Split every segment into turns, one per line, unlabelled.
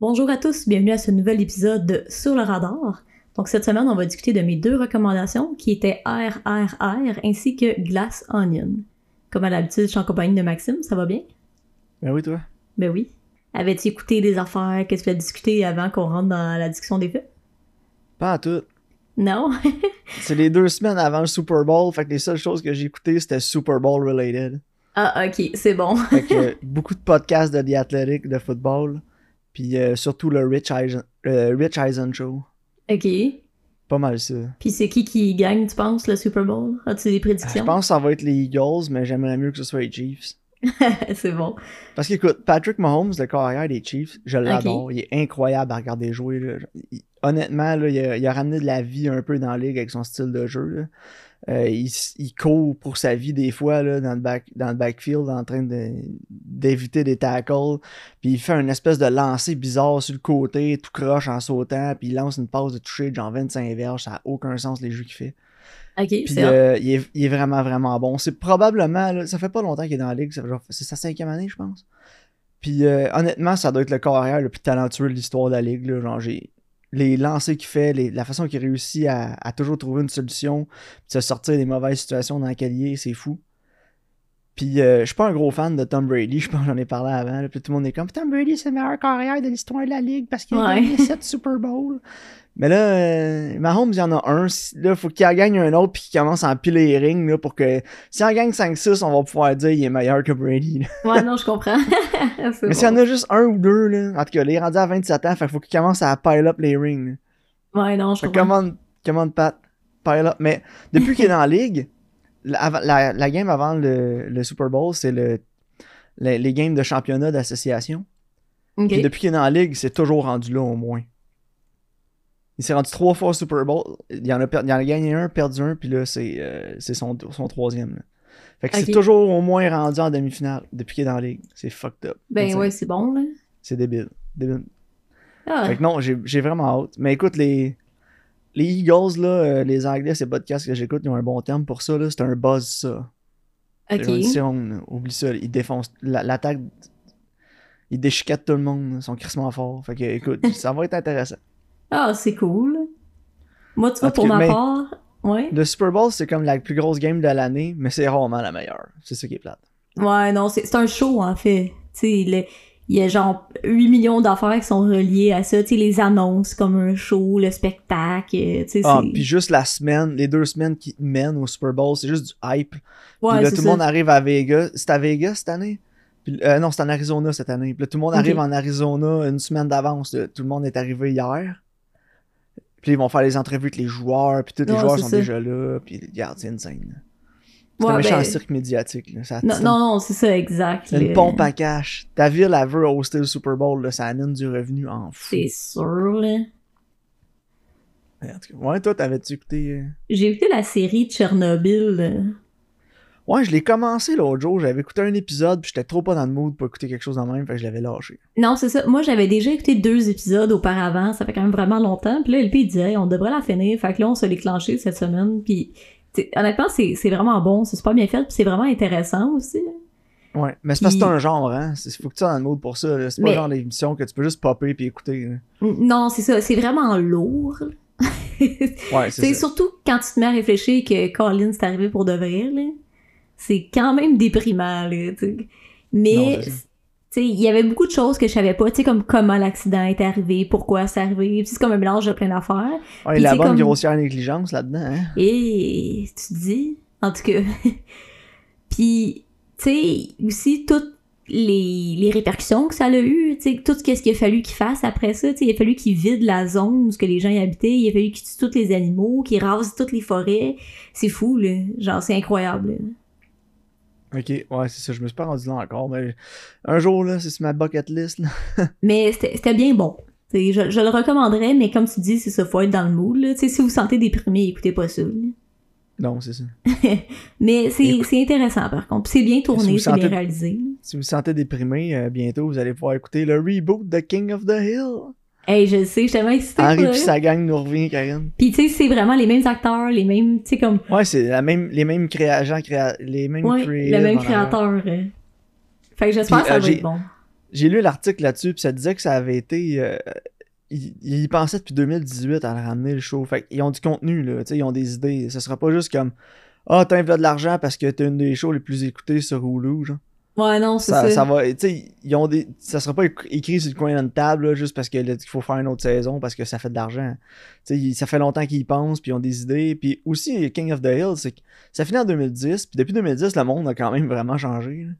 Bonjour à tous, bienvenue à ce nouvel épisode de Sur le radar. Donc cette semaine, on va discuter de mes deux recommandations qui étaient RRR ainsi que Glass Onion. Comme à l'habitude, je suis en compagnie de Maxime, ça va bien?
Ben oui, toi?
Ben oui. Avais-tu écouté des affaires que tu as discuter avant qu'on rentre dans la discussion des faits?
Pas à tout.
Non?
C'est les deux semaines avant le Super Bowl, fait que les seules choses que j'ai écoutées, c'était Super Bowl related.
Ah ok, c'est bon.
Fait que euh, beaucoup de podcasts de The Athletic, de football, puis euh, surtout le Rich Eisen, euh, Rich Eisen Show.
Ok.
Pas mal ça.
Puis c'est qui qui gagne, tu penses, le Super Bowl? As-tu des
Je
prédictions?
pense que ça va être les Eagles, mais j'aimerais mieux que ce soit les Chiefs.
c'est bon.
Parce qu'écoute, Patrick Mahomes, le carrière des Chiefs, je l'adore. Il est incroyable à regarder jouer. là. Il- honnêtement, là, il, a, il a ramené de la vie un peu dans la ligue avec son style de jeu. là. Euh, il, s- il court pour sa vie des fois là, dans, le back, dans le backfield en train de- d'éviter des tackles. Puis il fait une espèce de lancer bizarre sur le côté, tout croche en sautant. Puis il lance une passe de toucher de genre 25 verges. Ça n'a aucun sens les jeux qu'il fait.
Ok,
Puis
c'est hot.
euh, il, est, il est vraiment, vraiment bon. C'est probablement, là, ça fait pas longtemps qu'il est dans la ligue, ça fait genre- c'est sa cinquième année, je pense. Puis euh, honnêtement, ça doit être le carrière le plus talentueux de l'histoire de la ligue. Là, genre, j'ai- les lancers qu'il fait, les- la façon qu'il réussit à, à toujours trouver une solution, puis se sortir des mauvaises situations dans lesquelles il est, c'est fou. Puis euh, je suis pas un gros fan de Tom Brady, je pense que j'en ai parlé avant. là, puis tout le monde est comme Tom Brady, c'est le meilleur carrière de l'histoire de la ligue parce qu'il a
Ouais.
gagné 7 Super Bowl. Mais là, euh, Mahomes, il y en a un. Si- Là, faut qu'il en gagne un autre puis qu'il commence à empiler les rings là, pour que. S'il en gagne 5-6, on va pouvoir dire qu'il est meilleur que Brady. là.
Ouais, non, je comprends. C'est
Mais
bon.
s'il y en a juste un ou deux, là, en tout cas, là, il est rendu à 27 ans, fait qu'il faut qu'il commence à pile up les rings. là.
Ouais, non, je
Fait que
comprends.
commande, commande Pat, pile up. Mais depuis qu'il est dans la ligue, la, avant- la- la game avant le, le Super Bowl, c'est le, les, les games de championnat d'association.
Ok.
Puis depuis qu'il est dans la ligue, c'est toujours rendu là au moins. Il s'est rendu trois fois au Super Bowl. Il en a, per- il en a gagné un, perdu un, puis là, c'est euh, c'est son, son troisième. là. Fait que
Ok.
c'est toujours au moins rendu en demi-finale depuis qu'il est dans la ligue. C'est fucked up.
Ben
C'est-
ouais, c'est bon, là.
C'est débile. débile.
Ah,
Fait que non, j'ai j'ai vraiment hâte. Mais écoute, les, les Eagles, là, euh, les Anglais, ces podcasts que j'écoute, ils ont un bon terme pour ça. là. C'est un buzz, ça.
ok.
Les gens disent, on oublie ça. Ils défoncent la- l'attaque. Ils déchiquettent tout le monde. Ils sont crissement forts. Fait que, écoute, ça va être intéressant.
Ah, c'est cool. Moi, tu vois,
En tout
pour
cas,
ma
mais-
part, ouais.
Le Super Bowl, c'est comme la plus grosse game de l'année, mais c'est rarement la meilleure. C'est ça qui est plate.
Ouais, non, c'est c'est un show, en fait. Tu sais, le- il y a genre 8 millions d'affaires qui sont reliées à ça. Tu sais, les annonces comme un show, le spectacle, euh, tu sais,
Ah,
c'est...
puis juste la semaine, les deux semaines qui mènent au Super Bowl, c'est juste du hype.
ouais,
puis là,
c'est
tout le
ça.
monde arrive à Vegas. C'est à Vegas cette année? Puis, euh, non, c'est en Arizona cette année. Puis là, tout le monde arrive
Ok.
en Arizona une semaine d'avance. là. Tout le monde est arrivé hier. Puis ils vont faire les entrevues avec les joueurs. Puis tous les
Ouais,
joueurs
c'est
sont
ça.
déjà là. Puis regarde, c'est insane. là. C'est
Ouais,
un méchant
ben,
cirque médiatique. là. Ça-
Non,
c'est
non, non, c'est ça, exact.
une,
là.
une pompe à cash. Ta ville, elle veut hoster le Super Bowl. Là. Ça amène du revenu en fou.
C'est sûr, là.
Ouais, en tout cas. Ouais, toi, t'avais-tu écouté... euh,
J'ai écouté la série Tchernobyl. là.
Ouais, je l'ai commencé l'autre jour. J'avais écouté un épisode. Puis j'étais trop pas dans le mood pour écouter quelque chose en même. Fait que je l'avais lâché.
Non, c'est ça. Moi, j'avais déjà écouté deux épisodes auparavant. Ça fait quand même vraiment longtemps. Puis là, LP il disait, Hey, on devrait la finir. Fait que là, on se l'est clenché cette semaine. Puis, tu sais, honnêtement, c'est c'est vraiment bon. C'est super bien fait. Puis c'est vraiment intéressant aussi. là.
Ouais, mais c'est parce que c'est
Puis-
un genre, hein. C'est- Faut que tu sois dans le mood pour ça. là. C'est pas
Mais-
le genre d'émission que tu peux juste popper puis écouter. là.
N- Non, c'est ça. C'est vraiment lourd. là.
Ouais,
c'est
c'est ça.
surtout quand tu te mets à réfléchir que Colin, c'est arrivé pour de vrai. là. C'est quand même déprimant. Là, tu sais.
Non,
Mais,
c'est
tu
ça.
sais, il y avait beaucoup de choses que je savais pas. Tu sais, comme comment l'accident est arrivé, pourquoi c'est arrivé. Puis c'est comme un mélange de plein d'affaires.
Ouais,
Puis
la
c'est
bonne
comme-
grossière négligence là-dedans, hein.
Et tu te dis, en tout cas. Puis, tu sais, aussi toutes les, les répercussions que ça a eu, tu sais, tout ce qu'est-ce qu'il a fallu qu'il fasse après ça, tu sais, il a fallu qu'il vide la zone où ce que les gens y habitaient, il a fallu qu'il tue tous les animaux, qu'il rase toutes les forêts. C'est fou, là. Genre, c'est incroyable.
Ok, ouais, c'est ça. Je me suis pas rendu là encore, mais un jour, là, c'est sur ma bucket list, là.
Mais c'était c'était bien bon. Tu sais, Je, je le recommanderais, mais comme tu dis, c'est ça, faut être dans le mood. Là. Tu sais, Si vous vous sentez déprimé, écoutez pas ça. là.
Non, c'est ça.
Mais c'est
Écoute-
c'est intéressant par contre. Puis C'est bien tourné,
vous
c'est bien
sentez-
réalisé.
Si vous vous sentez déprimé, euh, bientôt, vous allez pouvoir écouter le reboot de King of the Hill.
Hey, je le sais, je suis tellement excitée.
Henri
pour
pis
eux.
sa gang nous revient, Karine.
Puis tu sais, c'est vraiment les mêmes acteurs, les mêmes, tu sais comme
Ouais, c'est la même, les mêmes créa- gens créa- les mêmes
ouais,
creators
le même
en arrière.
créateur. euh. Fait que j'espère que
Puis,
ça
euh,
va
j'ai-
être bon.
J'ai lu l'article là-dessus, puis ça disait que ça avait été. euh, ils, ils pensaient depuis 2018 à le ramener le show. Fait qu'ils ont du contenu, là. tu sais, Ils ont des idées. Ce sera pas juste comme. Ah, t'as t'invites de l'argent parce que t'es une des shows les plus écoutées sur Hulu, genre.
Ouais, non, c'est ça.
Ça, ça va. Tu sais, ils ont des. Ça sera pas éc- écrit sur le coin d'une table, là, juste parce que là, qu'il faut faire une autre saison, parce que ça fait de l'argent. Tu sais, ils- ça fait longtemps qu'ils y pensent, puis ils ont des idées. Puis aussi, King of the Hill, c'est que ça finit en 2010, puis depuis 2010, le monde a quand même vraiment changé, là.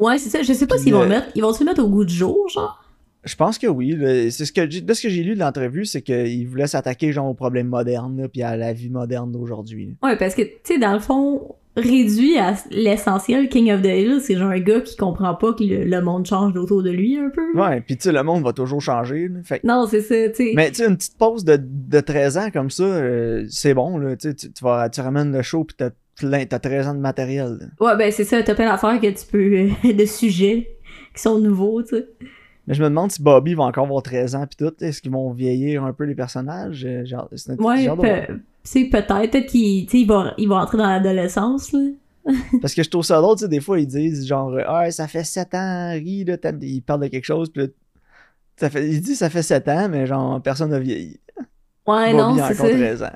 Ouais, c'est ça. Je sais pas
Puis,
s'ils vont
euh,
le mettre. Ils vont se le mettre au goût du jour, genre.
Je pense que oui. là. C'est ce que j'ai- de ce que j'ai lu de l'entrevue, c'est qu'il voulait s'attaquer genre aux problèmes modernes là, puis à la vie moderne d'aujourd'hui. là.
Ouais, parce que, tu sais, dans le fond, réduit à l'essentiel, King of the Hill, c'est genre un gars qui comprend pas que le, le monde change autour de lui un peu.
Ouais, puis tu sais, le monde va toujours changer. là. Fait que-
Non, c'est ça, tu sais.
Mais tu sais, une petite pause de, de 13 ans comme ça, euh, c'est bon. Là, tu, sais, tu, tu vas, tu ramènes le show puis t'as plein, t'as 13 ans de matériel. là.
Ouais, ben c'est ça, t'as plein d'affaires que tu peux. euh, de sujets qui sont nouveaux, tu sais.
Mais je me demande si Bobby va encore avoir 13 ans puis tout. Est-ce qu'ils vont vieillir un peu les personnages? Euh, Genre, c'est un petit
Ouais, euh,
genre de-
peut- c'est peut-être, peut-être qu'il tu sais, il va, il va entrer dans l'adolescence, là.
Parce que je trouve ça drôle, tu sais, des fois ils disent genre euh, Ah, ça fait 7 ans, Harry, là, t'as- ils parlent de quelque chose, puis là, ça fait, ils disent ça fait 7 ans, mais genre personne n'a vieilli.
Ouais,
Bobby
non,
a
c'est
encore
ça.
13 ans.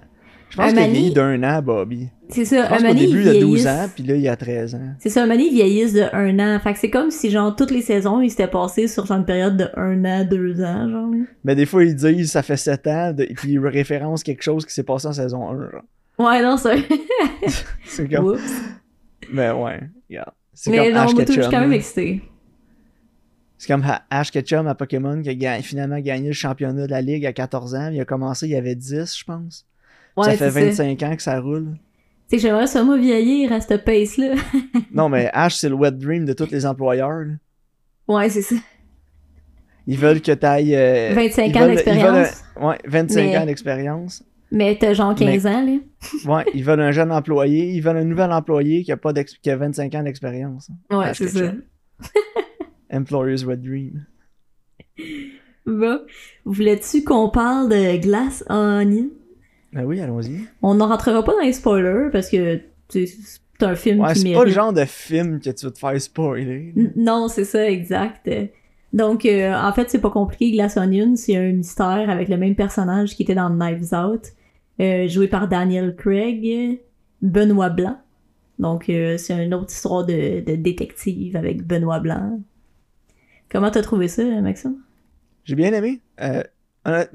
Je pense
Un
qu'il a
mané-
vieilli d'un an, Bobby.
C'est ça,
Je
un
pense
moment
qu'au
donné,
début, il a 12
vieillissent.
ans, puis là, il a 13 ans.
C'est ça, un moment donné, ils vieillissent de un an. Fait que c'est comme si, genre, toutes les saisons, ils s'étaient passés sur genre une période de un an, deux ans, genre. là.
Mais des fois, ils disent ça fait 7 ans, de- puis ils référencent quelque chose qui s'est passé en saison 1. genre.
Ouais, non, ça.
C'est comme.
Oups.
Mais ouais, regarde. C'est
Mais
comme
non,
Ash
moi, tout, je suis
Ketchum.
quand même
là.
excitée.
C'est comme Ha- Ash Ketchum à Pokémon qui a ga- finalement gagné le championnat de la ligue à 14 ans. Il a commencé, il avait 10, je pense.
Ouais,
ça fait
c'est 25... ça.
25 ans que ça roule.
Tu sais, j'aimerais ça, moi, vieillir à ce pace-là.
Non, mais Ash, c'est le wet dream de tous les employeurs. là.
Ouais, c'est ça.
Ils veulent que t'ailles. euh,
25
ils
ans
veulent- ils veulent
d'expérience.
un- Ouais, 25
Mais-
ans d'expérience.
Mais t'as genre 15 ans, là.
Ouais, ils veulent un jeune employé. Ils veulent un nouvel employé qui a, pas d'ex- qui a 25 ans d'expérience.
Ouais,
Ash
c'est ça.
Ketchum. Employer's wet dream.
Bon. Voulais-tu qu'on parle de Glass Onion?
Ben oui, allons-y.
On n'en rentrera pas dans les spoilers parce que tu sais, c'est un film
Ouais,
qui
c'est
mérite.
pas le genre de film que tu veux te faire spoiler.
N- Non, c'est ça, exact. Donc, euh, en fait, c'est pas compliqué. Glass Onion, c'est un mystère avec le même personnage qui était dans Knives Out, euh, joué par Daniel Craig, Benoît Blanc. Donc, euh, c'est une autre histoire de, de détective avec Benoît Blanc. Comment t'as trouvé ça, Maxime?
J'ai bien aimé. Euh, honnête-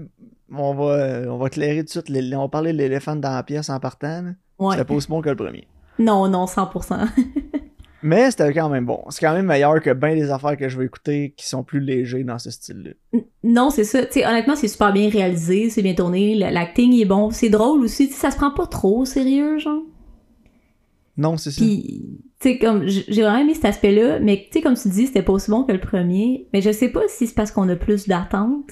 on va, euh, on va éclairer tout de suite. l'élé- On parlait de l'éléphant dans la pièce en partant. là.
Ouais.
C'était pas aussi bon que le premier.
Non, non, 100%.
Mais c'était quand même bon. C'est quand même meilleur que bien des affaires que je vais écouter qui sont plus légers dans ce style-là.
Non, c'est ça. Tu sais, honnêtement, c'est super bien réalisé, c'est bien tourné, l- l'acting est bon, c'est drôle aussi. Tu sais, ça se prend pas trop au sérieux, genre.
Non, c'est ça.
Puis, tu sais, comme j- j'ai vraiment aimé cet aspect-là, mais tu sais, comme tu dis, c'était pas aussi bon que le premier. Mais je sais pas si c'est parce qu'on a plus d'attentes.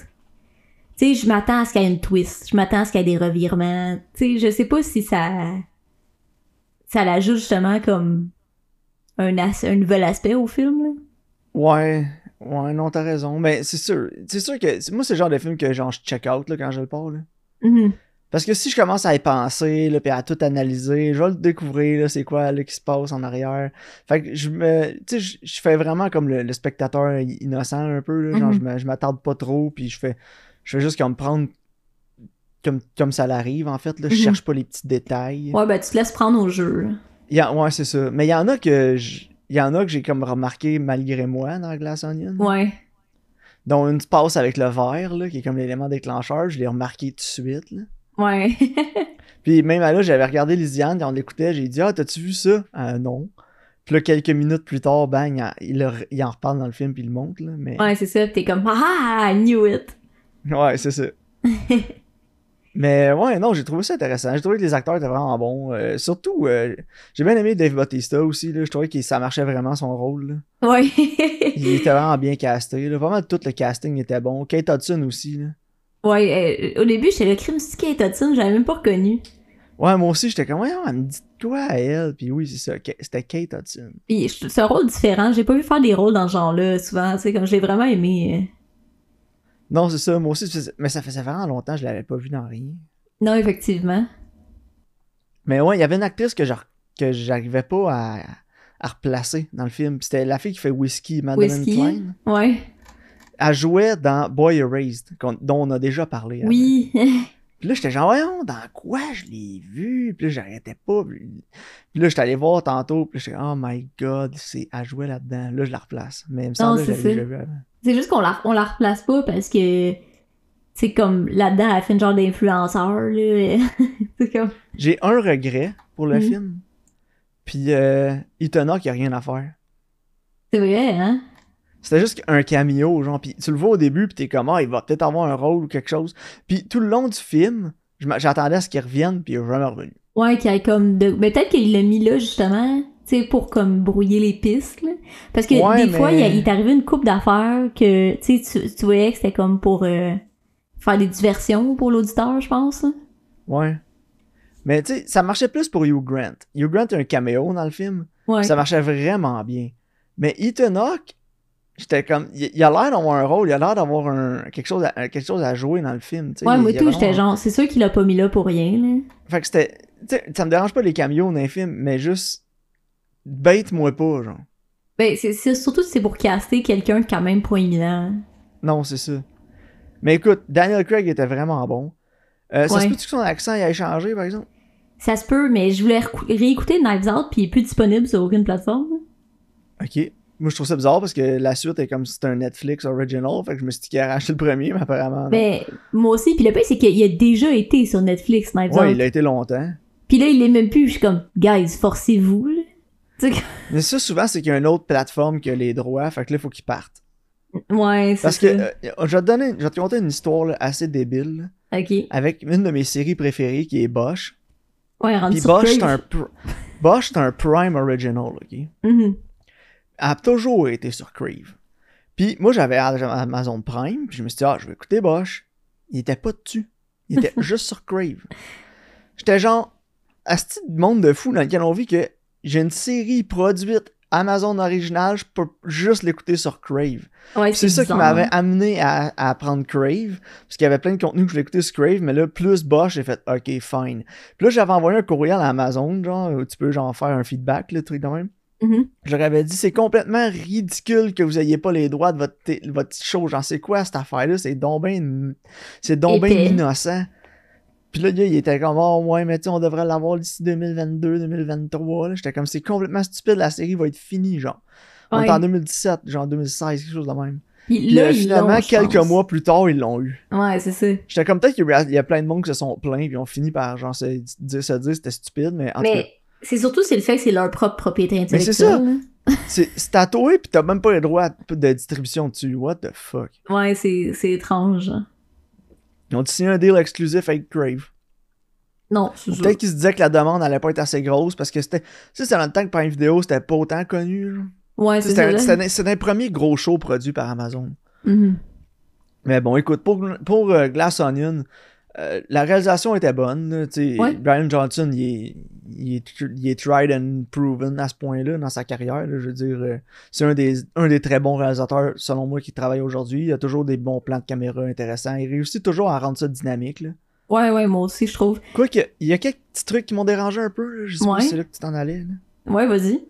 Tu sais, je m'attends à ce qu'il y ait une twist, je m'attends à ce qu'il y ait des revirements. Tu sais, je sais pas si ça. Ça l'ajoute justement comme un, as- un nouvel aspect au film, là.
Ouais, ouais, non, t'as raison. Mais c'est sûr. C'est sûr que moi, c'est le genre de film que genre je check out là, quand je le parle. là.
Mhm.
Parce que si je commence à y penser, là, puis à tout analyser, je vais le découvrir, là, c'est quoi là, qui se passe en arrière. Fait que je me. Tu sais, je- je fais vraiment comme le, le spectateur i- innocent un peu. Là, Genre,
Mhm.
je me- je m'attarde pas trop, puis je fais. Je fais juste comme prendre. Comme, comme ça l'arrive, en fait. Là, Je
Mhm.
cherche pas les petits détails.
Ouais, ben tu te laisses prendre au jeu, là.
Y a- ouais, c'est ça. Mais il y en a que j- y en a que j'ai comme remarqué malgré moi dans Glass Onion.
Ouais.
Dont une passe avec le verre, là, qui est comme l'élément déclencheur, je l'ai remarqué tout de suite. là.
Ouais.
Puis même à là, j'avais regardé Lisiane, on l'écoutait, j'ai dit Ah, t'as-tu vu ça Ah Non. Puis là, quelques minutes plus tard, bang, il, en- il en reparle dans le film, puis il le montre. Là, mais...
Ouais, c'est ça. pis T'es comme, ah, I knew it.
Ouais, c'est ça. Mais ouais, non, j'ai trouvé ça intéressant. J'ai trouvé que les acteurs étaient vraiment bons. Euh, surtout, euh, j'ai bien aimé Dave Bautista aussi. Là. Je trouvais que ça marchait vraiment son rôle. là.
Ouais.
Il était vraiment bien casté. Là. Vraiment, tout le casting était bon. Kate Hudson aussi. Là.
ouais, euh, au début, j'étais le crime c'est Kate Hudson, j'avais même pas reconnu.
Ouais, moi aussi, j'étais comme, ouais, elle me dit de quoi à elle. Puis oui, c'est ça. Ka- C'était Kate Hudson.
Puis je- c'est un rôle différent, j'ai pas vu faire des rôles dans ce genre-là souvent, tu sais, comme j'ai vraiment aimé. euh.
Non, c'est ça. Moi aussi, c'est- mais ça faisait vraiment longtemps que je l'avais pas vu dans rien.
Non, effectivement.
Mais ouais, il y avait une actrice que j'ar- que j'arrivais pas à... à replacer dans le film. Puis C'était la fille qui fait Whiskey, Madeleine
Whiskey?
Klein.
Ouais.
Elle jouait dans Boy Erased, qu'on- dont on a déjà parlé. avant.
Oui.
Puis là, j'étais genre, voyons, dans quoi je l'ai vu? Puis là, j'arrêtais pas. Puis puis là, j'étais allé voir tantôt. Puis là, j'étais, oh my god, c'est à jouer là-dedans. Là, je la replace. Mais il me semble que
c'est
j'avais
ça.
déjà vu avant.
C'est juste qu'on la, on la replace pas parce que, c'est comme là-dedans, elle fait une genre d'influenceur, là. c'est comme.
J'ai un regret pour le
Mhm.
film. Puis euh, Itona qui a rien à faire.
C'est vrai, hein?
C'était juste un cameo, genre. Puis tu le vois au début, puis t'es comme, ah, il va peut-être avoir un rôle ou quelque chose. Puis tout le long du film, je m'a- j'attendais à ce qu'il revienne, puis il est jamais revenu.
Ouais, qui a comme de. Mais peut-être qu'il l'a mis là, justement, tu sais, pour comme brouiller les pistes, là. Parce que
Ouais,
des fois, il, y a-
mais-
il est arrivé une coupe d'affaires que, tu sais, tu- tu voyais que c'était comme pour euh, faire des diversions pour l'auditeur, je pense, là.
Ouais. Mais tu sais, ça marchait plus pour Hugh Grant. Hugh Grant a un caméo dans le film.
Ouais.
Ça marchait vraiment bien. Mais Ethan Hawke, j'étais comme, il, il a l'air d'avoir un rôle, il a l'air d'avoir un, quelque, chose à, euh, quelque chose à jouer dans le film. tu sais.
Ouais,
Il-
moi
il a
tout,
vraiment-
j'étais genre, c'est sûr qu'il l'a pas mis là pour rien, là.
Fait que c'était. tu sais, ça me dérange pas les caméos dans les films, mais juste. Bête-moi pas, genre.
Ben, c'est, c'est- surtout si c'est pour caster quelqu'un de quand même proéminent.
Non, c'est ça. Mais écoute, Daniel Craig était vraiment bon. Euh, Ça se
Ouais.
peut-tu que son accent ait changé, par exemple
Ça se peut, mais je voulais recou- réécouter Knives Out, puis il est plus disponible sur aucune plateforme.
Ah Ok. Moi, je trouve ça bizarre parce que la suite est comme si c'était un Netflix original. Fait que je me suis dit qu'il a racheté le premier, mais apparemment. non.
Ben, moi aussi, puis le pire, c'est qu'il a déjà été sur Netflix, Knives
ouais,
Out.
il a été longtemps.
Puis là, il l'est même plus, je suis comme, guys, forcez-vous, là.
Mais ça, souvent, c'est qu'il y a une autre plateforme qui a les droits. Fait que là, il faut qu'il parte.
Ouais, c'est
Parce que
ça.
euh, je, vais te donner, je vais te conter une histoire là, assez débile là,
Ok.
avec une de mes séries préférées qui est Bosch.
Ouais, rendu
Puis
sur
Bosch, c'est un,
Crave.
pr- Bosch, c'est un Prime Original, OK? Elle
Mhm.
a toujours été sur Crave. Puis moi, j'avais Amazon Prime, puis je me suis dit, ah, je vais écouter Bosch. Il était pas dessus. Il était juste sur Crave. J'étais genre, à ce petit monde de fou dans lequel on vit que j'ai une série produite Amazon originale, je peux juste l'écouter sur Crave.
Ouais,
Puis C'est ça qui
bizarre. hein.
m'avait amené à, à prendre Crave, parce qu'il y avait plein de contenu que je voulais écouter sur Crave, mais là, plus Bosch, j'ai fait OK, fine. Puis là, j'avais envoyé un courriel à Amazon, genre, où tu peux genre faire un feedback, le truc de même.
Mhm.
Je leur avais dit, c'est complètement ridicule que vous ayez pas les droits de votre, té- votre show. Genre, c'est quoi cette affaire-là? C'est donc ben, c'est donc ben
Épais.
innocent. Puis là, le gars, il était comme, oh, ouais, mais tu sais, on devrait l'avoir d'ici 2022, 2023. là. J'étais comme, c'est complètement stupide, la série va être finie, genre. On est
Ouais.
en 2017, genre 2016, quelque chose de même.
Puis
Puis,
là,
euh,
ils
finalement,
l'ont, je
quelques
pense.
mois plus tard, ils l'ont eu.
Ouais, c'est ça.
J'étais comme peut-être qu'il y a- il y a plein de monde qui se sont plaints, puis ont fini par genre se dire, se dire c'était stupide, mais en tout
Mais c'est surtout c'est le fait que c'est leur propre propriété
c'est
intellectuelle. hein. là.
cas, c'est c'est tatoué, puis t'as même pas les droits de distribution dessus. What the fuck?
Ouais, c'est, c'est étrange. hein.
Ils ont signé un deal exclusif avec Crave.
Non, c'est
Ou Peut-être qu'ils se disaient que la demande allait pas être assez grosse parce que c'était. Tu sais, c'est dans le temps que Prime Vidéo, c'était pas autant connu. là.
Ouais, c'est
C'était
ça.
un-
là.
c'était un- c'était un premier gros show produit par Amazon.
Mhm.
Mais bon, écoute, pour, pour euh, Glass Onion, euh, la réalisation était bonne. là, tu sais,
Ouais.
Brian Johnson, il est, il, est, tr- il est tried and proven à ce point-là dans sa carrière. là, je veux dire, euh, c'est un des, un des très bons réalisateurs, selon moi, qui travaille aujourd'hui. Il a toujours des bons plans de caméra intéressants. Il réussit toujours à rendre ça dynamique. Là.
Ouais, ouais, moi aussi, je trouve.
Quoique, il y a quelques petits trucs qui m'ont dérangé un peu. là, Je sais pas
Ouais.
si c'est là que tu t'en allais. là.
Ouais, vas-y.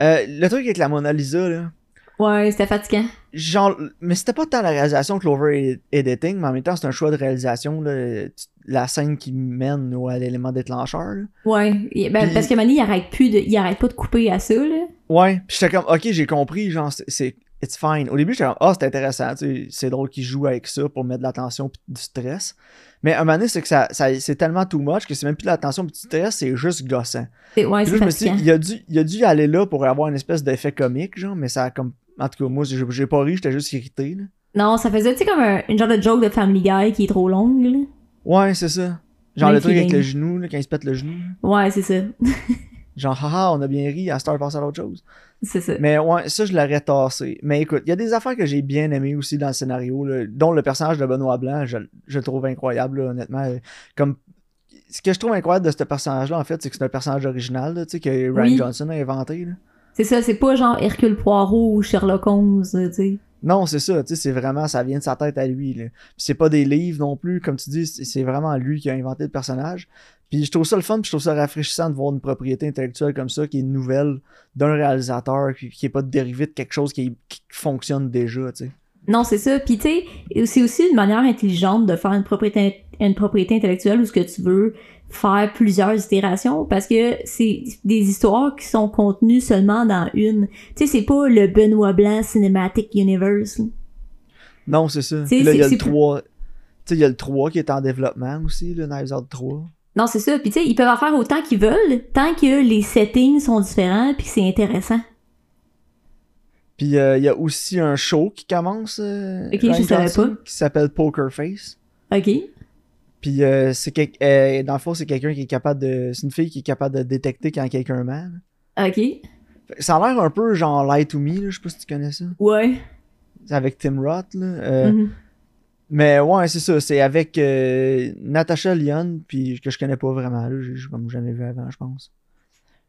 Euh, le truc avec la Mona Lisa, là,
Ouais, c'était fatigant.
genre mais c'était pas tant la réalisation que l'over editing mais en même temps c'est un choix de réalisation là, tu- la scène qui mène au- à l'élément déclencheur là.
Ouais. Et- ben,
Puis-
Parce que Manny, il arrête plus de. Il arrête pas de couper à ça, là.
ouais puis j'étais comme ok j'ai compris genre c'est- c'est it's fine au début j'étais comme ah c'est intéressant tu sais, c'est drôle qu'ils jouent avec ça pour mettre de l'attention puis du stress mais à un moment donné c'est que ça, ça- c'est tellement too much que c'est même plus de l'attention puis du stress c'est juste gossant
C'est- Ouais,
Puis
c'est
là, je me suis
fatigant.
dit, il a, dû, il a dû aller là pour avoir une espèce d'effet comique genre mais ça a comme en tout cas moi j'ai j'ai pas ri j'étais juste irrité là.
Non, ça faisait, tu sais, comme un, une genre de joke de Family Guy qui est trop longue, là.
Ouais, c'est ça. Genre
Même
le truc avec
feeling.
le genou, là, quand il se pète le genou. là.
Ouais, c'est ça.
Genre, haha, on a bien ri, à cette heure, passe à l'autre chose.
C'est ça.
Mais ouais, ça, je l'aurais tassé. Mais écoute, il y a des affaires que j'ai bien aimées aussi dans le scénario, là, dont le personnage de Benoît Blanc, je, je le trouve incroyable, là, honnêtement. Comme, ce que je trouve incroyable de ce personnage-là, en fait, c'est que c'est un personnage original, là, tu sais, que Ryan
Oui.
Johnson a inventé. là.
C'est ça, c'est pas genre Hercule Poirot ou Sherlock Holmes, euh, tu sais.
Non, c'est ça, tu sais, c'est vraiment, ça vient de sa tête à lui. Là. Puis c'est pas des livres non plus, comme tu dis, c'est c'est vraiment lui qui a inventé le personnage. Puis je trouve ça le fun, puis je trouve ça rafraîchissant de voir une propriété intellectuelle comme ça, qui est nouvelle d'un réalisateur, puis qui est pas dérivée de quelque chose qui, qui fonctionne déjà, tu sais.
Non, c'est ça. Puis tu sais, c'est aussi une manière intelligente de faire une propriété, une propriété intellectuelle où ce que tu veux faire plusieurs itérations parce que c'est des histoires qui sont contenues seulement dans une. Tu sais, c'est pas le Benoît Blanc Cinematic Universe. là.
Non, c'est ça.
C'est-
Puis là,
c'est-
il y a le
c'est-
3. Tu sais, il y a le 3 qui est en développement aussi, le Knives Out 3.
Non, c'est ça. Puis tu sais, ils peuvent en faire autant qu'ils veulent tant que les settings sont différents puis que c'est intéressant.
Puis euh, il y a aussi un show qui commence. euh,
Ok, je
Ryan
savais
Johnson,
pas.
Qui s'appelle Poker Face.
OK?
Puis euh, c'est quel- euh, dans le fond, c'est quelqu'un qui est capable de. C'est une fille qui est capable de détecter quand quelqu'un ment. là.
OK?
Fait que Ça a l'air un peu genre Lie to Me, là, je sais pas si tu connais ça.
Ouais.
C'est avec Tim Roth. Là. Euh,
Mhm.
Mais ouais, c'est ça. C'est avec euh, Natasha Lyon, puis que je connais pas vraiment. Là, j'ai j'ai comme jamais vu avant, je pense.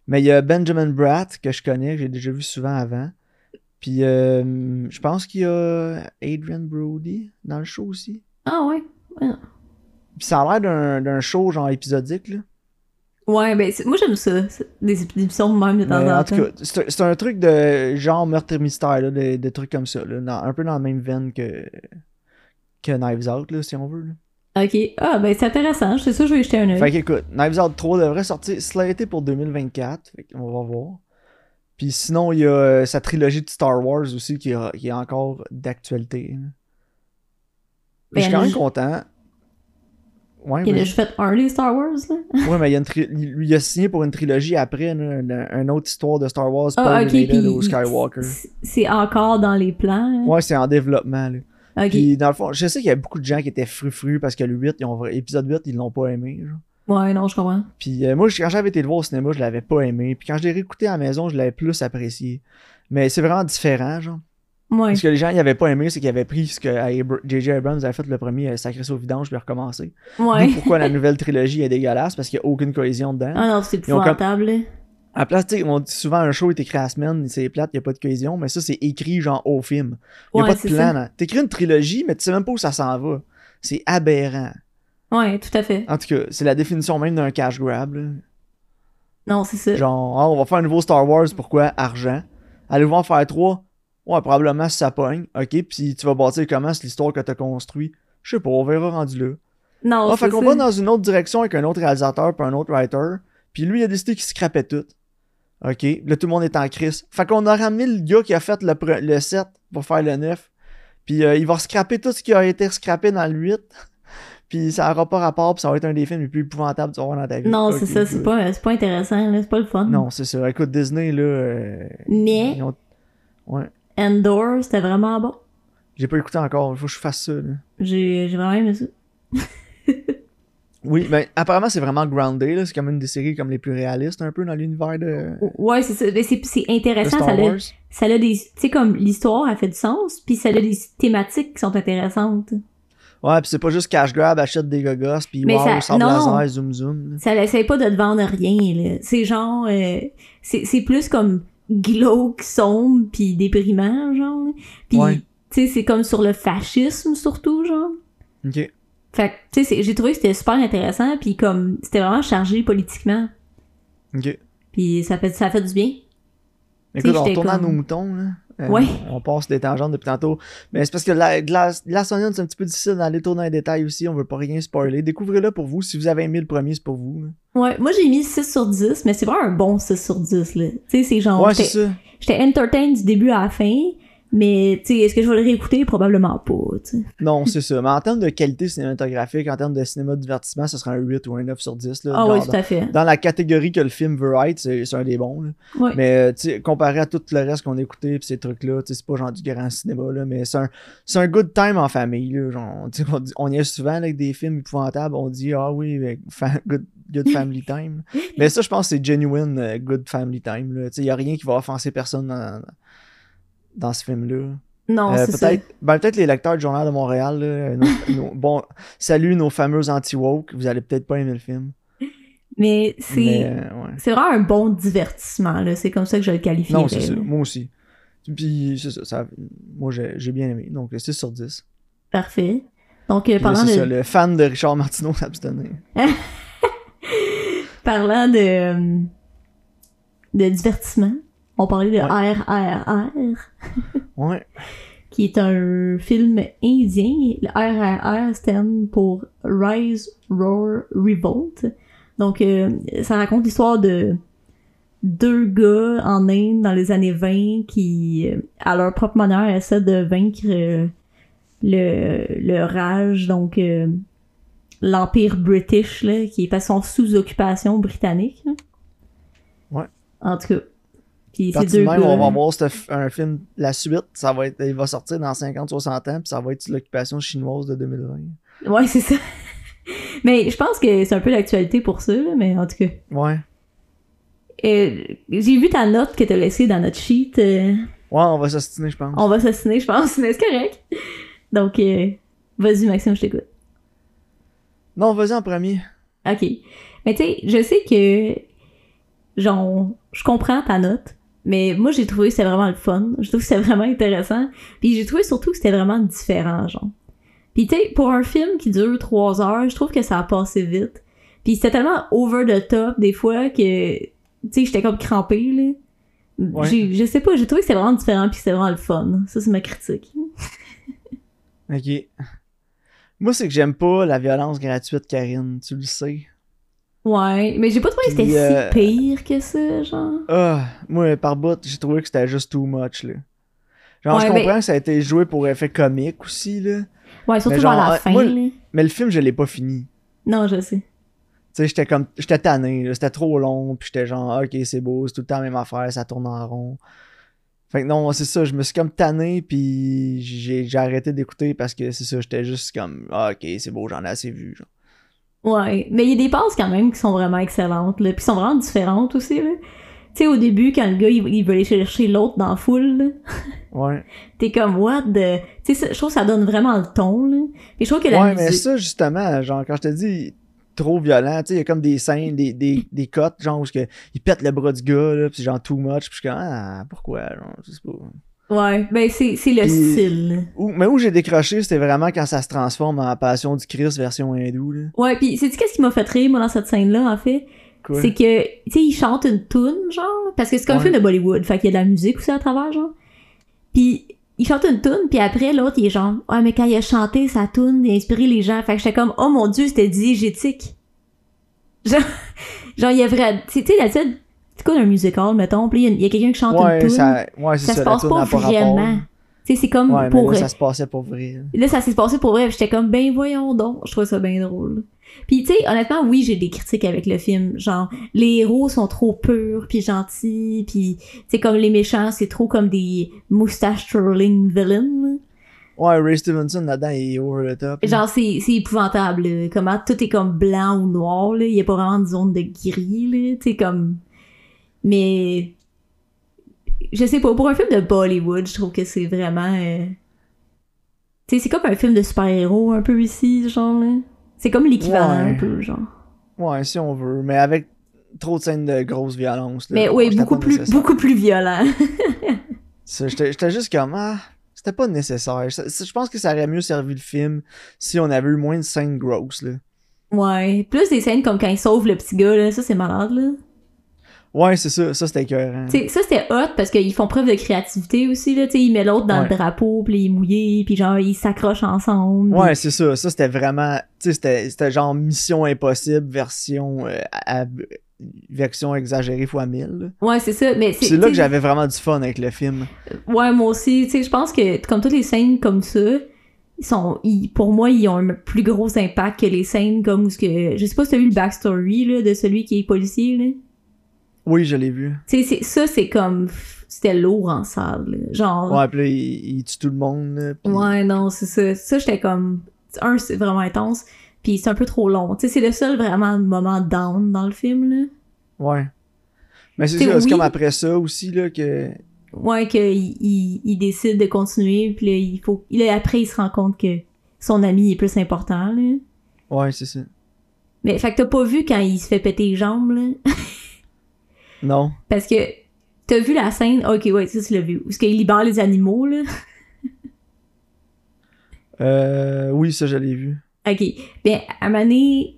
Mais il y a Benjamin Bratt, que je connais, que j'ai déjà vu souvent avant. Puis euh, je pense qu'il y a Adrian Brody dans le show aussi.
Ah ouais.
Puis ça a l'air d'un- d'un show genre épisodique. Là.
Ouais, ben c'est- moi j'aime ça. C'est- Des émissions de même de temps
Mais
en
Ben, en tout
temps.
cas, c'est un- c'est un truc de genre meurtre et mystère, là, des, des trucs comme ça. là, dans- un peu dans la même veine que, que Knives Out, là, si on veut. là.
OK. Ah ben c'est intéressant. C'est ça, je vais y jeter un œil.
Fait qu'écoute, Knives Out 3 devrait sortir slaté pour 2024. Fait qu'on va voir. Puis sinon, il y a euh, sa trilogie de Star Wars aussi qui, a- qui est encore d'actualité. là.
Ben,
je suis quand
le-
même content. Ouais,
Il a
mais,
déjà fait un des Star Wars, là.
ouais, mais il, y a une tri- il- lui, il a signé pour une trilogie après, là, une, une autre histoire de Star Wars, pas
Ah, ok.
related
Puis
au Skywalker.
c'est- C'est encore dans les plans.
Ouais, c'est en développement. Là.
hein? Ok.
Puis dans le fond, je sais qu'il y a beaucoup de gens qui étaient frus-frus parce que le 8, ils ont- épisode 8, ils l'ont pas aimé. genre.
Ouais, non, je comprends.
Puis euh, moi, je- quand j'avais été le voir au cinéma, je l'avais pas aimé. Puis quand je l'ai réécouté à la maison, je l'avais plus apprécié. Mais c'est vraiment différent, genre.
Ouais.
Ce que les gens n'avaient pas aimé, c'est qu'ils avaient pris ce que Abra- J.J. Abrams avait fait le premier euh, Sacré au vidange, puis recommencer.
Ouais.
D'où pourquoi la nouvelle trilogie est dégueulasse, parce qu'il n'y a aucune cohésion dedans.
Ah non, c'est
Ils ont comme-
épouvantable. là.
À la place, tu sais, on dit souvent un show est écrit à la semaine, c'est plate, il n'y a pas de cohésion, mais ça, c'est écrit genre au film. Il n'y a
Ouais,
pas de
c'est
plan.
ça.
hein. T'écris une trilogie, mais tu sais même pas où ça s'en va. C'est aberrant.
Ouais, tout à fait.
En tout cas, c'est la définition même d'un cash grab. là.
Non, c'est ça.
Genre, Ah, on va faire un nouveau Star Wars, pourquoi Argent. Allez-vous en faire trois Ouais, probablement si ça pogne. Ok, puis tu vas bâtir comment sur l'histoire que t'as construit Je sais pas, on verra rendu là.
Non,
Ah,
c'est
fait
ça.
qu'on va dans une autre direction avec un autre réalisateur puis un autre writer. Puis lui, il a décidé qu'il scrapait tout. Ok, là tout le monde est en crise. Fait qu'on a ramené le gars qui a fait le, pre- le 7 pour faire le 9. Puis euh, il va scraper tout ce qui a été scrappé dans le 8. puis ça aura pas rapport, puis ça va être un des films les plus épouvantables que tu vas voir dans ta vie.
Non, c'est
Ok,
ça. C'est
good.
pas, c'est pas intéressant, là, c'est pas le fun.
Non, c'est ça. Écoute, Disney, là. euh,
Mais
ils ont- Ouais.
Endor, c'était vraiment bon.
J'ai pas écouté encore. Il faut que je fasse ça, là.
J'ai j'ai vraiment aimé ça.
Oui, mais apparemment, c'est vraiment groundé, là. C'est comme une des séries comme les plus réalistes, un peu, dans l'univers de,
Ouais, c'est ça. Mais c'est c'est
de
intéressant. Ça
Star
a,
Wars.
ça a des. Tu sais, comme l'histoire a fait du sens, puis ça a des thématiques qui sont intéressantes.
Ouais, pis c'est pas juste cash grab, achète des gogos, pis
Mais
wow,
ça-
sable
non.
laser, zoom zoom. là.
Ça n'essaie pas de te vendre rien, là. C'est genre... euh, c'est c'est plus comme glauque, sombre, puis déprimant, genre. là. Puis,
Ouais.
tu sais, c'est comme sur le fascisme, surtout, genre.
Ok.
Fait que, tu sais, c'est- j'ai trouvé que c'était super intéressant, puis comme, c'était vraiment chargé politiquement.
Ok.
Puis ça fait, ça fait du bien.
Écoute, on
j'étais
retourne à
comme-
nos moutons, là. Euh,
Ouais.
On passe des tangentes depuis tantôt. Mais c'est parce que la glace, glace Onion, c'est un petit peu difficile d'aller tourner dans les détails aussi. On veut pas rien spoiler. Découvrez-le pour vous. Si vous avez aimé le premier, c'est pour vous. là.
Ouais, moi j'ai mis 6 sur 10, mais c'est vraiment un bon 6 sur 10, là. Tu sais, c'est genre...
ouais, c'est
j'étais-
ça.
J'étais entertain du début à la fin, mais, tu sais, est-ce que je vais le réécouter? Probablement pas, tu sais.
Non, c'est ça. Mais en termes de qualité cinématographique, en termes de cinéma de divertissement, ce serait un 8 ou un 9 sur 10. Là,
Ah
dans,
ouais, tout à fait.
dans la catégorie que le film veut être, c'est c'est un des bons. là.
Ouais.
Mais euh, tu sais, comparé à tout le reste qu'on écoutait pis ces trucs-là, tu sais, c'est pas genre du grand cinéma, là, mais c'est un, c'est un good time en famille. Là, genre, tu sais, on, dit- on y est souvent là, avec des films épouvantables, on dit Ah oui, ben, fa- good, good family time. mais ça, je pense que c'est genuine euh, good family time. là. Tu sais, Il y a rien qui va offenser personne dans, dans ce film-là.
Non,
Euh,
c'est ça.
peut-être, ben, peut-être les lecteurs du Journal de Montréal. là, euh, nos- nos- bon, salut nos fameux anti-woke, vous allez peut-être pas aimer le film.
Mais c'est...
Mais, euh, ouais.
C'est vraiment un bon divertissement, là. C'est comme ça que je le qualifie.
Non, c'est ça. Moi aussi. Puis, c'est ça. ça- moi, j'ai j'ai bien aimé. Donc, 6 sur 10.
Parfait. Donc, euh,
Puis là,
parlant,
c'est
de,
ça, le fan de Richard Martineau s'abstenait.
parlant de... euh, de divertissement, on parlait de
Ouais.
RRR.
Ouais.
qui est un film indien. Le R à R stand pour Rise, Roar, Revolt. Donc, euh, ça raconte l'histoire de deux gars en Inde dans les années 20 qui, euh, à leur propre manière, essaient de vaincre euh, le, le rage, donc euh, l'Empire british, là, qui est pas son sous-occupation britannique. là.
Ouais.
En tout cas. Puis ces
Parti
deux hein.
de
gars...
même, on va voir ce f- un film, la suite, ça va être, il va sortir dans 50-60 ans, puis ça va être l'occupation chinoise de 2020.
Ouais, c'est ça. mais je pense que c'est un peu l'actualité pour ça, là, mais en tout cas.
Ouais.
Euh, J'ai vu ta note que t'as laissée dans notre sheet. euh,
Ouais, on va s'ostiner, je pense.
on va s'assiner, je pense, mais c'est correct. Donc, euh, vas-y, Maxime, je t'écoute.
Non, vas-y en premier.
OK. Mais tu sais, je sais que, genre, je comprends ta note, mais moi, j'ai trouvé que c'était vraiment le fun. Je trouve que c'était vraiment intéressant. Puis j'ai trouvé surtout que c'était vraiment différent, genre. Puis tu sais, pour un film qui dure trois heures, je trouve que ça a passé vite. Puis c'était tellement over the top, des fois, que, tu sais, j'étais comme crampée, là.
Ouais.
J'ai- Je sais pas, j'ai trouvé que c'était vraiment différent, puis c'était vraiment le fun. Ça, c'est ma critique.
Ok. Moi, c'est que j'aime pas la violence gratuite, Karine, tu le sais.
Ouais, mais j'ai pas trouvé que
Puis,
c'était
euh,
si pire que ça, genre.
Ah, moi, par bout, j'ai trouvé que c'était juste too much, là. Genre, je
Ouais, mais-
comprends que ça a été joué pour effet comique aussi, là.
Ouais, surtout
genre,
vers la
euh,
fin,
moi,
là.
Mais le film, je l'ai pas fini.
Non, je sais.
Tu sais, j'étais comme. J'étais tanné, là, C'était trop long, puis j'étais genre, ah, ok, c'est beau, c'est tout le temps la même affaire, ça tourne en rond. Fait que non, c'est ça, je me suis comme tanné, puis j'ai j'ai arrêté d'écouter parce que c'est ça, j'étais juste comme, ah, ok, c'est beau, j'en ai assez vu, genre.
Ouais, mais il y a des passes quand même qui sont vraiment excellentes, là, puis sont vraiment différentes aussi, là. Tu sais, au début, quand le gars, il, il veut aller chercher l'autre dans la foule, là,
Ouais.
t'es comme, what the... Tu sais, ça- je trouve que ça donne vraiment le ton, là. Mais je trouve que la
Ouais,
musique...
mais ça, justement, genre, quand je te dis trop violent, tu sais, il y a comme des scènes, des, des, des cotes, genre, où ce que il pète le bras du gars, là, pis genre, too much, pis je suis comme, ah, pourquoi, genre, je sais pas.
Ouais, ben c'est c'est le
Puis-
style.
Où- mais où j'ai décroché, c'était vraiment quand ça se transforme en Passion du Christ version hindoue, là.
Ouais, puis sais-tu qu'est-ce qui m'a fait rire, moi, dans cette scène-là, en fait?
Quoi?
C'est que, tu sais, il chante une toune, genre, parce que c'est comme un
Ouais.
film de Bollywood, fait qu'il y a de la musique aussi à travers, genre. Puis il chante une toune, puis après, l'autre, il est genre, ouais, mais quand il a chanté sa toune, il a inspiré les gens. Fait que j'étais comme, oh mon dieu, c'était diégétique. Genre, genre, il y a vrai, tu sais, tu sais, d'habitude, c'est quoi un musical, mettons, puis il y a- il y a, quelqu'un qui chante une
Ouais,
toune.
ça, ouais, c'est
ça
ça,
se
la
passe
toune
pas
n'a rapport.
vraiment. Tu sais, c'est comme
Ouais, mais
pour.
là, ça se passait pour vrai.
Là, ça s'est passé pour vrai, puis j'étais comme, ben voyons donc, je trouvais ça bien drôle. Puis, tu sais, honnêtement, oui, j'ai des critiques avec le film. Genre, les héros sont trop purs, puis gentils, puis, tu sais, comme les méchants, c'est trop comme des moustache twirling villains.
Ouais, Ray Stevenson là-dedans, il est over the top.
Genre, c'est c'est épouvantable, là. Comment tout est comme blanc ou noir, là. Il y a pas vraiment de zone de gris, là. Tu sais, comme. Mais. Je sais pas, pour un film de Bollywood, je trouve que c'est vraiment. euh, Tu sais, c'est comme un film de super-héros, un peu ici, genre, là. C'est comme l'équivalent,
Ouais.
un peu, genre.
Ouais, si on veut, mais avec trop de scènes de grosse violence. là.
Mais
Bon,
oui,
c'était
beaucoup
pas
plus,
nécessaire.
beaucoup plus violent.
Ça, J'étais j'étais juste comme, ah, c'était pas nécessaire. Ça- ça- Je pense que ça aurait mieux servi le film si on avait eu moins de scènes grosses, là.
ouais. Plus des scènes comme quand ils sauvent le petit gars, là. Ça, c'est malade, là.
Ouais, c'est ça, ça c'était écœurant.
Tu sais, ça c'était hot parce qu'ils font preuve de créativité aussi là, tu sais, ils mettent l'autre dans
Ouais.
le drapeau, puis il est mouillé, puis genre ils s'accrochent ensemble.
Ouais, c'est ça, ça c'était vraiment, tu sais, c'était- c'était genre Mission Impossible version, euh, ab- version exagérée fois 1000. là.
Ouais, c'est ça, mais
Puis C'est là
tu
que
sais,
j'avais vraiment du fun avec le film.
Ouais, moi aussi, tu sais, je pense que comme toutes les scènes comme ça, ils sont ils- pour moi, ils ont un plus gros impact que les scènes comme où ce que je sais pas si t'as vu le backstory là de celui qui est policier là.
Oui, je l'ai vu.
Tu sais, c'est- ça c'est comme pff, c'était lourd en salle, là. genre
Ouais, puis là, il, il tue tout le monde. là, puis-
Ouais, non, c'est ça. Ça, j'étais comme. Un, c'est vraiment intense, puis c'est un peu trop long. Tu sais, c'est le seul vraiment moment down dans le film, là.
Ouais. Mais c'est
T'sais,
ça, c'est
oui.
comme après ça aussi, là, que.
Ouais, qu'il il, il décide de continuer, puis là, il faut. Là, après, il se rend compte que son ami est plus important, là.
Ouais, c'est ça.
Mais, fait que t'as pas vu quand il se fait péter les jambes, là.
Non.
Parce que t'as vu la scène. Ok, ouais, ça, tu l'as vu. Où est-ce qu'il libère les animaux, là.
Euh, oui, ça, je l'ai vu.
Ok. Ben, à un moment donné,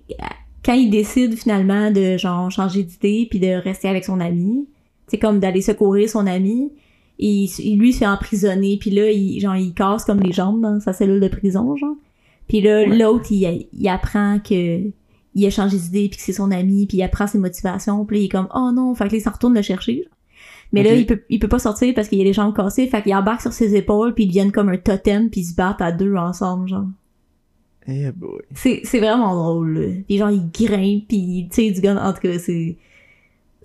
quand il décide finalement de genre changer d'idée puis de rester avec son ami, c'est comme d'aller secourir son ami, Et il s- il- lui, il se fait emprisonner, puis là, il, genre, il casse comme les jambes dans sa cellule de prison, genre. Puis là,
Ouais.
l'autre, il, il apprend que il a changé d'idée, puis que c'est son ami, puis il apprend ses motivations, puis là, il est comme « Oh non! » Fait que là, il s'en retourne le chercher. genre. Mais là,
Ok.
il peut, il peut pas sortir parce qu'il a les jambes cassées, fait qu'il embarque sur ses épaules, puis ils deviennent comme un totem, puis ils se battent à deux ensemble, genre.
Eh boy.
C'est c'est vraiment drôle, là. Puis genre, il grimpe, puis tu sais, du gun, en tout cas, c'est...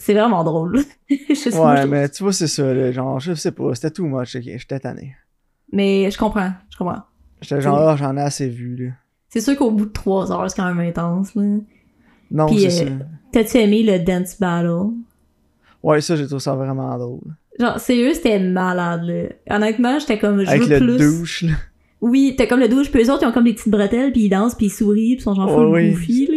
C'est vraiment drôle. Je sais pas, je
Ouais,
trouve
mais tu vois, c'est ça, là, genre, je sais pas, c'était too much, ok, j'étais tanné.
Mais je comprends, je comprends.
J'étais genre, ah, j'en ai assez vu, là.
C'est sûr qu'au bout de trois heures, c'est quand même intense, là.
Non,
Puis,
c'est
euh,
ça.
T'as-tu aimé le dance battle?
Ouais, ça, j'ai trouvé ça vraiment drôle.
Genre, sérieux, c'était malade, là. Honnêtement, j'étais comme, je
Avec
veux
le
plus.
douche, là.
Oui, t'as comme le douche, puis eux autres, ils ont comme des petites bretelles, puis ils dansent, puis ils sourient, puis ils sont genre full
Ouais, oui.
goofy, là.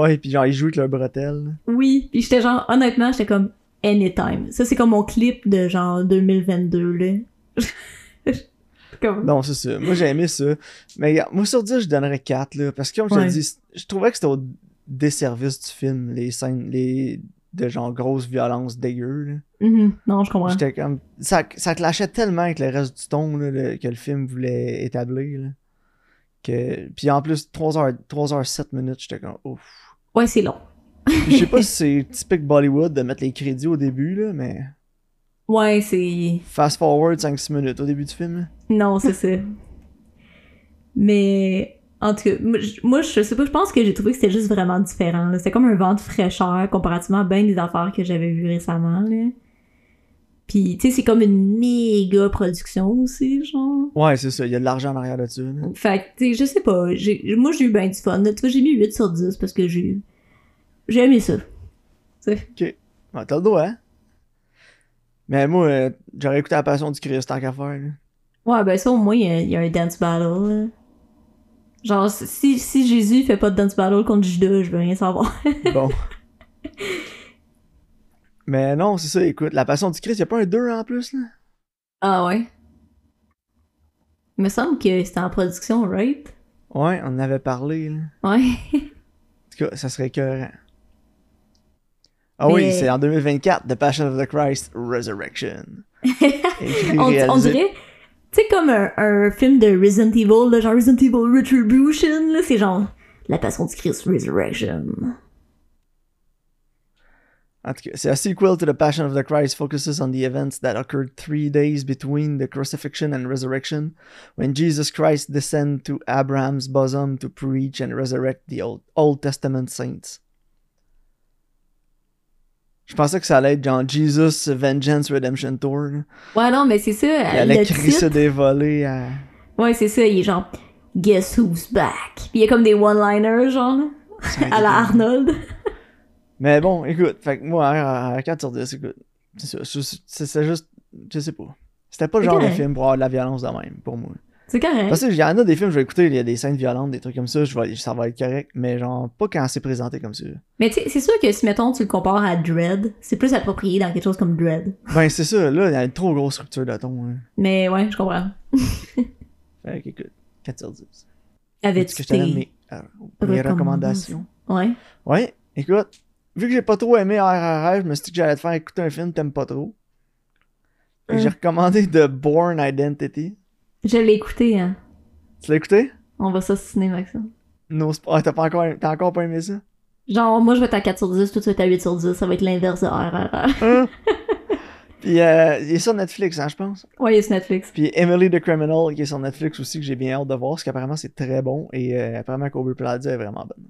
Ouais, puis genre, ils jouent avec leur bretelle. là.
Oui, puis j'étais genre, honnêtement, j'étais comme, anytime. Ça, c'est comme mon clip de genre 2022, là. comme...
Non, c'est ça. Moi, j'ai aimé ça. Mais regarde, moi, sur 10, je donnerais 4, là. Parce que, comme je te
Ouais.
dis, c- je trouvais que c'était au desservice du film, les scènes, les. de genre grosse violence dégueu, là.
Mhm, non, je comprends.
J'étais comme. Ça, ça clashait tellement avec le reste du ton là, le- que le film voulait établir. là, que... Puis en plus, 3h, 3h7 minutes, j'étais comme ouf.
Ouais, c'est long.
Puis Je sais pas si c'est typique Bollywood de mettre les crédits au début, là, mais
Ouais, c'est...
fast forward 5-6 minutes au début du film. là.
Non, c'est ça. Mais en tout cas, moi, je- moi je sais pas, je pense que j'ai trouvé que c'était juste vraiment différent. là. C'était comme un vent de fraîcheur comparativement à bien des affaires que j'avais vues récemment. Là. Puis, tu sais, c'est comme une méga production aussi, genre.
Ouais, c'est ça, il y a de l'argent en arrière de ça. là.
Fait que, tu sais, je sais pas. j'ai- Moi, j'ai eu bien du fun. là. Tu vois, j'ai mis 8 sur 10 parce que j'ai j'ai aimé ça.
Ouais, t'as le droit. hein? Mais moi, euh, j'aurais écouté La Passion du Christ tant qu'à faire. là.
Ouais, ben ça, au moins, il y a- il y, a un dance battle. là. Genre, si, si Jésus fait pas de dance battle contre Judas, je veux rien savoir.
Bon. mais non, c'est ça, écoute, La Passion du Christ, y a pas un 2 en plus, là?
Ah ouais? Il me semble que c'était en production, right?
Ouais, on en avait parlé, là.
Ouais.
En tout cas, ça serait écœurant. Ah
Mais-
oui, c'est en 2024, The Passion of the Christ Resurrection. Écrit,
On, on
réalisé-
dirait, tu sais, comme un, un film de Resident Evil, là, genre Resident Evil Retribution, là, c'est genre La Passion du Christ Resurrection.
En tout cas, c'est a sequel to The Passion of the Christ focuses on the events that occurred three days between the crucifixion and resurrection, when Jesus Christ descended to Abraham's bosom to preach and resurrect the Old, Old Testament saints. Je pensais que ça allait être genre Jesus Vengeance Redemption Tour. là.
Ouais, non, mais c'est ça. euh,
Il
Ah, le
allait
titre,
crisser des volets à...
ouais, c'est ça, il est genre Guess who's back? Puis il y a comme des one-liners, genre, là,
Ça aurait
à la
été-
Arnold.
Mais bon, écoute, fait que moi, à, à 4 sur 10, écoute, c'est ça, c'est- c'est c'est juste, je sais pas. C'était pas le genre de
correct.
film pour avoir de la violence de même, pour moi.
C'est correct.
Parce que il y en a des films, je vais écouter, il y a des scènes violentes, des trucs comme ça, je vais, ça va être correct, mais genre, pas quand c'est présenté comme ça.
Mais tu sais, c'est sûr que si, mettons, tu le compares à Dread, c'est plus approprié dans quelque chose comme Dread.
Ben, c'est ça, là, il y a une trop grosse structure de ton. Hein.
Mais ouais, je comprends.
Fait que, écoute, 4 sur 10. Est-ce
Avais-tu
que je te donne
tes-
mes, euh, mes recommandations?
Ouais.
Ouais, écoute, vu que j'ai pas trop aimé RRR, je me suis dit que j'allais te faire écouter un film que t'aimes pas trop. Fait que
Hum.
J'ai recommandé The Born Identity.
Je l'ai écouté, hein.
Tu l'as écouté?
On va s'assiner, Maxime.
Non, c'est pas- ah, t'as pas encore, t'as encore pas aimé ça?
Genre, moi, je vais être à 4 sur 10, toi, tu vas être à 8 sur 10. Ça va être l'inverse de RRR.
Hein? Puis euh, il est sur Netflix, hein, je pense.
Ouais, il est sur Netflix.
Puis Emily the Criminal, qui est sur Netflix aussi, que j'ai bien hâte de voir, parce qu'apparemment c'est très bon et euh, apparemment Kobe Plaza est vraiment bonne.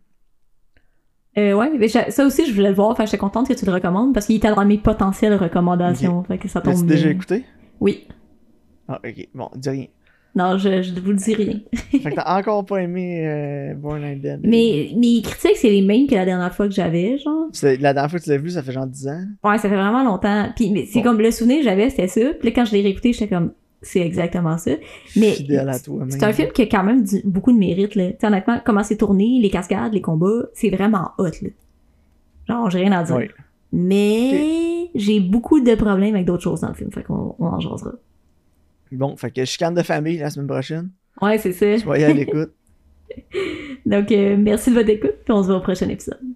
Euh, ouais, mais j'a- ça aussi, je voulais le voir. Fait que j'étais contente que tu le recommandes parce qu'il était dans mes potentielles recommandations. Fait que ça tombe
L'as-tu
bien.
déjà écouté?
Oui.
Ah, ok, bon, dis rien.
Non, je, je vous le dis rien.
Fait que t'as encore pas aimé euh, Born Identity.
Mais mes critiques, c'est les mêmes que la dernière fois que j'avais, genre.
C'est- La dernière fois que tu l'as vu, ça fait genre 10 ans.
Ouais, ça fait vraiment longtemps. Puis, mais c'est
Bon.
comme le souvenir que j'avais, c'était ça. Puis là, quand je l'ai réécouté, j'étais comme, c'est exactement ça. Mais
Fidèle à toi,
C'est un film qui a quand même du- beaucoup de mérite, là. Tu sais, honnêtement, comment c'est tourné, les cascades, les combats, c'est vraiment hot, là. Genre, j'ai rien à dire.
Oui.
Mais j'ai beaucoup de problèmes avec d'autres choses dans le film, fait qu'on on en jasera.
Bon, fait que chicane de famille la semaine prochaine.
Ouais, c'est ça.
Soyez à l'écoute.
Donc, euh, merci de votre écoute, puis on se voit au prochain épisode.